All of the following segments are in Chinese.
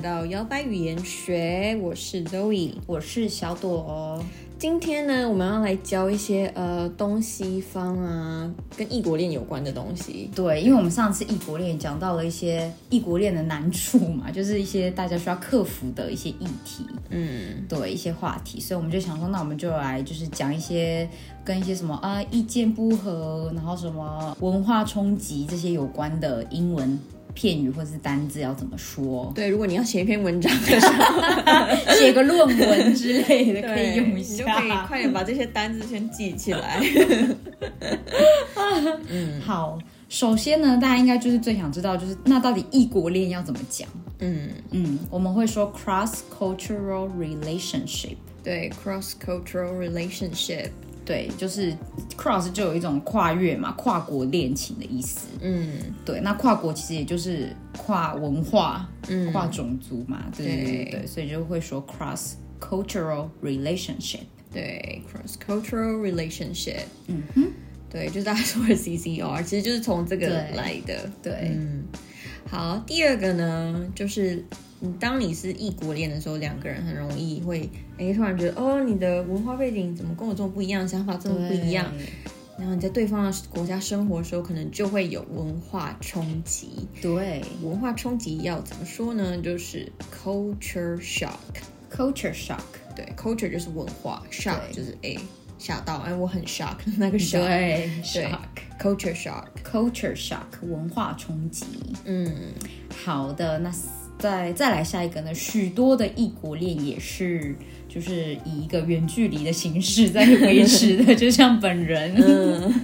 到摇摆语言学，我是 Zoe。我是小朵，今天呢，我们要来教一些呃东西方啊跟异国恋有关的东西。对，因为我们上次异国恋讲到了一些异国恋的难处嘛， 就是一些大家需要克服的一些议题，嗯，，对一些话题，所以我们就想说，那我们就来就是讲一些跟一些什么啊、意见不合，然后什么文化冲击这些有关的英文片语或是单字要怎么说对，如果你要写一篇文章的时候，写个论文之类 的可以用一你就可以下。快点把这些单字先记起来。好，首先呢，大家应该就是最想知道，就是那到底异国恋要怎么讲？嗯，嗯，我们会说 cross cultural relationship， 对，cross cultural relationship。对，就是 cross 就有一种跨越嘛，跨国恋情的意思。嗯，对，那跨国其实也就是跨文化、跨种族嘛，对对对对对，所以就会说 cross cultural relationship。对，cross cultural relationship。嗯哼，对，就是大家说的 CCR，其实就是从这个对来的。对，嗯，好，第二个呢，就是嗯当你是异国恋的时候，两个人很容易会哎突然觉得哦，你的文化背景怎么跟我这么不一样，想法这么不一样，然后你在对方的国家生活的时候，可能就会有文化冲击。对文化冲击要怎么说呢？就是 culture shock。 ，culture shock。对，culture 就是文化，shock 对就是哎吓到，哎我很 shock 那个 shock。对对，shock。 culture shock。 culture shock 文化冲击。嗯，好的，那再再来下一个呢？许多的异国恋也是，就是以一个远距离的形式在维持的，就像本人。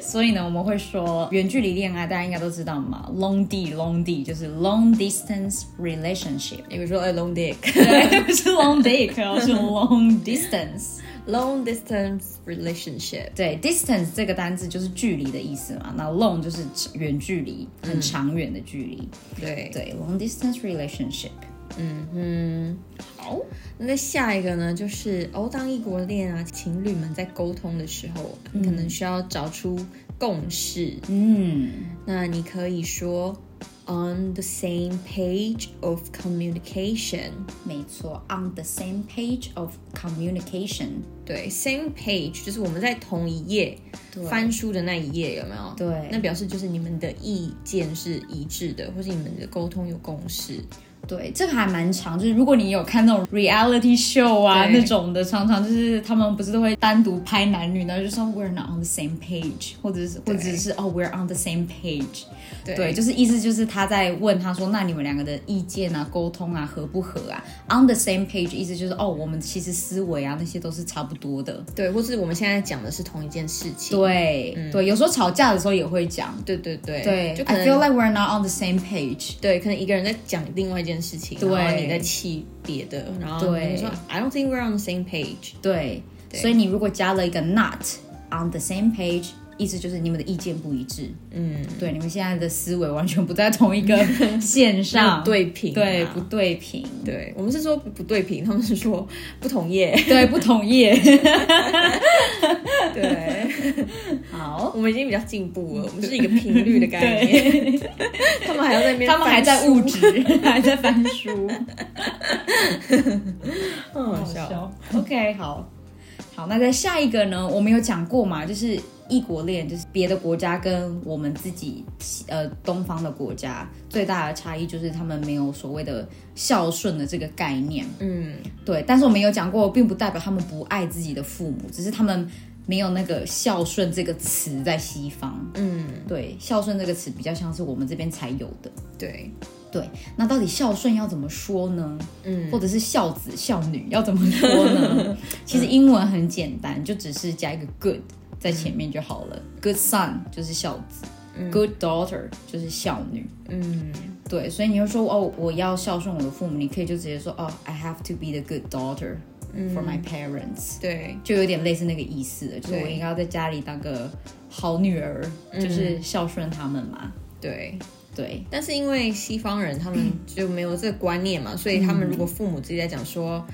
所以呢，我们会说远距离恋爱，大家应该都知道嘛，long d long d 就是 long distance relationship，你比如说哎 long dick，long 对，不是 long dick，哦是 long distance。 distance relationship。对，distance 这个单字就是距离的意思嘛，那 long 就是远距离，很长远的距离。对，对，long distance relationship。嗯哼，好。那再下一个呢，就是哦，当异国恋啊，情侣们在沟通的时候，可能需要找出共识。嗯，那你可以说 on the same page of communication。没错，on the same page of communication。对，same page 就是我们在同一页对翻书的那一页，有没有？对那表示就是你们的意见是一致的，或是你们的沟通有共识。对，这个还蛮长，就是如果你有看那种 reality show 啊对那种的，常常就是他们不是都会单独拍男女，然后就说 we're not on the same page，或者是或者是哦 we're on the same page。对，就是意思就是他在问他说，那你们两个的意见啊、沟通啊合不合啊？on the same page 意思就是哦，我们其实思维啊那些都是差不多的。对，或是我们现在讲的是同一件事情。对、对，有时候吵架的时候也会讲。对对对对嗯就可，I 能 feel like we're not on the same page。对，可能一个人在讲另外一件事情，对然后你在气别的，然后对你说 I don't think we're on the same page。对，所以你如果加了一个 not on the same page，意思就是你们的意见不一致。嗯，对，你们现在的思维完全不在同一个 线那上，对啊平、对不？对平，对，我们是说不不对平，他们是说 不同业。对不同业。对，好， 我们已经比较进 步了，我们是一个频率的概念。 他们还要在那边，他们还在，物质，还在翻书，很好笑。。 OK，好，好，那在下一个呢，我们有讲过嘛，就是异国恋，就是别的国家跟我们自己呃东方的国家最大的差异就是他们没有所谓的孝顺的这个概念。嗯，对，但是我们有讲过，并不代表他们不爱自己的父母，只是他们没有那个孝顺这个词在西方。嗯，对，孝顺这个词比较像是我们这边才有的。对，对，那到底孝顺要怎么说呢？嗯，或者是孝子孝女要怎么说 呢？其实英文很简单，就只是加一个 good 在前面就好了。Good son 就是孝子、g o o d daughter 就是孝女。嗯，对，所以你就说哦，我要孝顺我的父母，你可以就直接说哦，I have to be the good daughter for my parents，、嗯对，就有点类似那个意思了，就是我对应该要在家里当个好女儿，嗯就是孝顺他们嘛。对。对，但是因为西方人他嗯们就没有这个观念嘛，所以他们如果父母自己在讲说，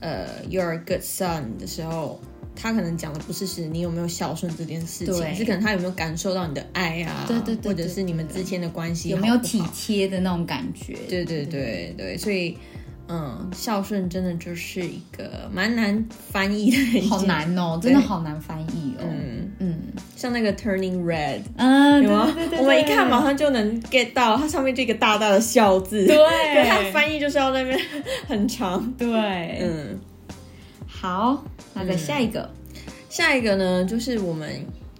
呃，you're a good son 的时候，他可能讲的不是是你有没有孝顺这件事对情，是可能他有没有感受到你的爱啊，对对或对对者是你们之间的关系有没有好不体好贴的那种感觉？对对对对，所以嗯，孝顺真的就是一个蛮难翻译的一件，好。难哦，真的好难翻译哦。嗯，嗯像那个 Turning Red，嗯，有吗对对对？对我们一看马上就能 get 到，它上面就一个大大的孝字，对可是它的翻译就是要那边 很长。对， 嗯，好，那再下一个，嗯下一个呢，就是我们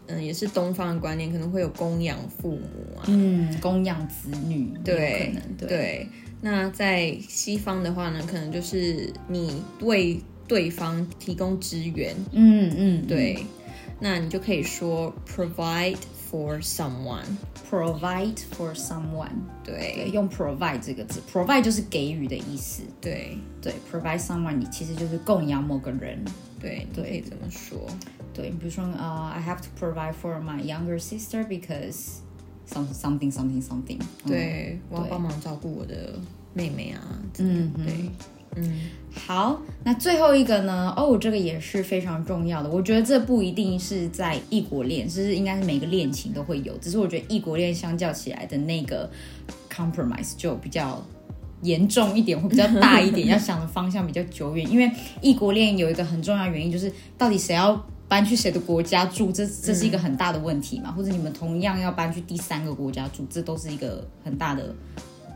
嗯也是东方的观念，可能会有供养父母啊，嗯，供养子女，对有可能，对，对。那在西方的话呢，可能就是你为对方提供支援，嗯嗯，对，那你就可以说 provide for someone。 ，provide for someone，对，对用 provide 这个字，provide 就是给予的意思，对对，provide someone，你其实就是供养某个人，对，你可以这么说。对，比如说呃，I have to provide for my younger sister because some something something something，嗯，对，我要帮忙照顾我的妹妹啊。嗯对嗯。嗯，好，那最后一个呢？哦，这个也是非常重要的。我觉得这不一定是在异国恋，就是应该是每个恋情都会有。只是我觉得异国恋相较起来的那个 compromise 就比较严重一点，会比较大一点，要想的方向比较久远。因为异国恋有一个很重要的原因，就是到底谁要搬去谁的国家住，这这是一个很大的问题嘛。或者你们同样要搬去第三个国家住，这都是一个很大的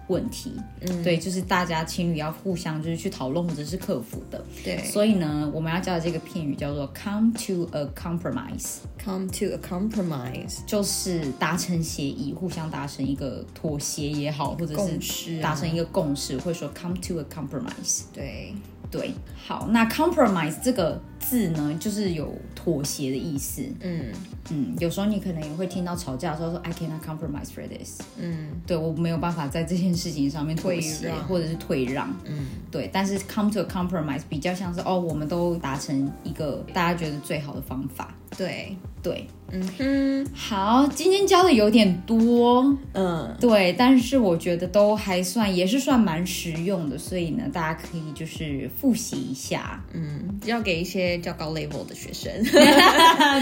问题。嗯，对，就是大家情侣要互相就是去讨论或者是克服的。对所以呢，我们要教的这个片语叫做 “come to a compromise”， ，come to a compromise，就是达成协议，互相达成一个妥协也好，或者共是识啊达成一个共识，会说 “come to a compromise”。对对，好，那 compromise 这个字呢，就是有妥协的意思。嗯嗯，有时候你可能也会听到吵架的时候说 “I cannot compromise for this”，嗯对我没有办法在这件事情上面妥退协让或者是退让。嗯，对，但是 come to a compromise 比较像是哦，我们都达成一个大家觉得最好的方法。对，对，嗯哼，好，今天教的有点多，嗯，对，但是我觉得都还算，也是算蛮实用的，所以呢，大家可以就是复习一下。嗯要给一些较高 level 的学生。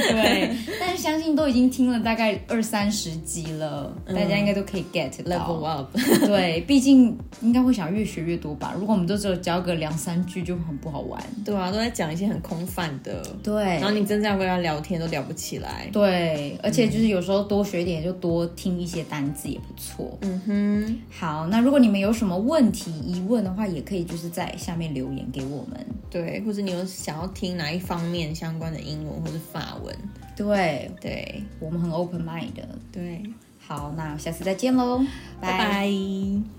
对，但是相信都已经听了大概二三十集了，大家应该都可以 get 嗯到。Level up，对，毕竟应该会想越学越多吧。如果我们都只有教个两三句，就很不好玩。对啊，都在讲一些很空泛的，对然后你真正要跟他聊天都聊不起来。对，而且就是有时候多学一点，就多听一些单字也不错。嗯哼，好，那如果你们有什么问题疑问的话，也可以就是在下面留言给我们。对，或者你有想要听哪一方面相关的英文或者法文？对对我们很 open mind 的。对，好，那下次再见喽，拜拜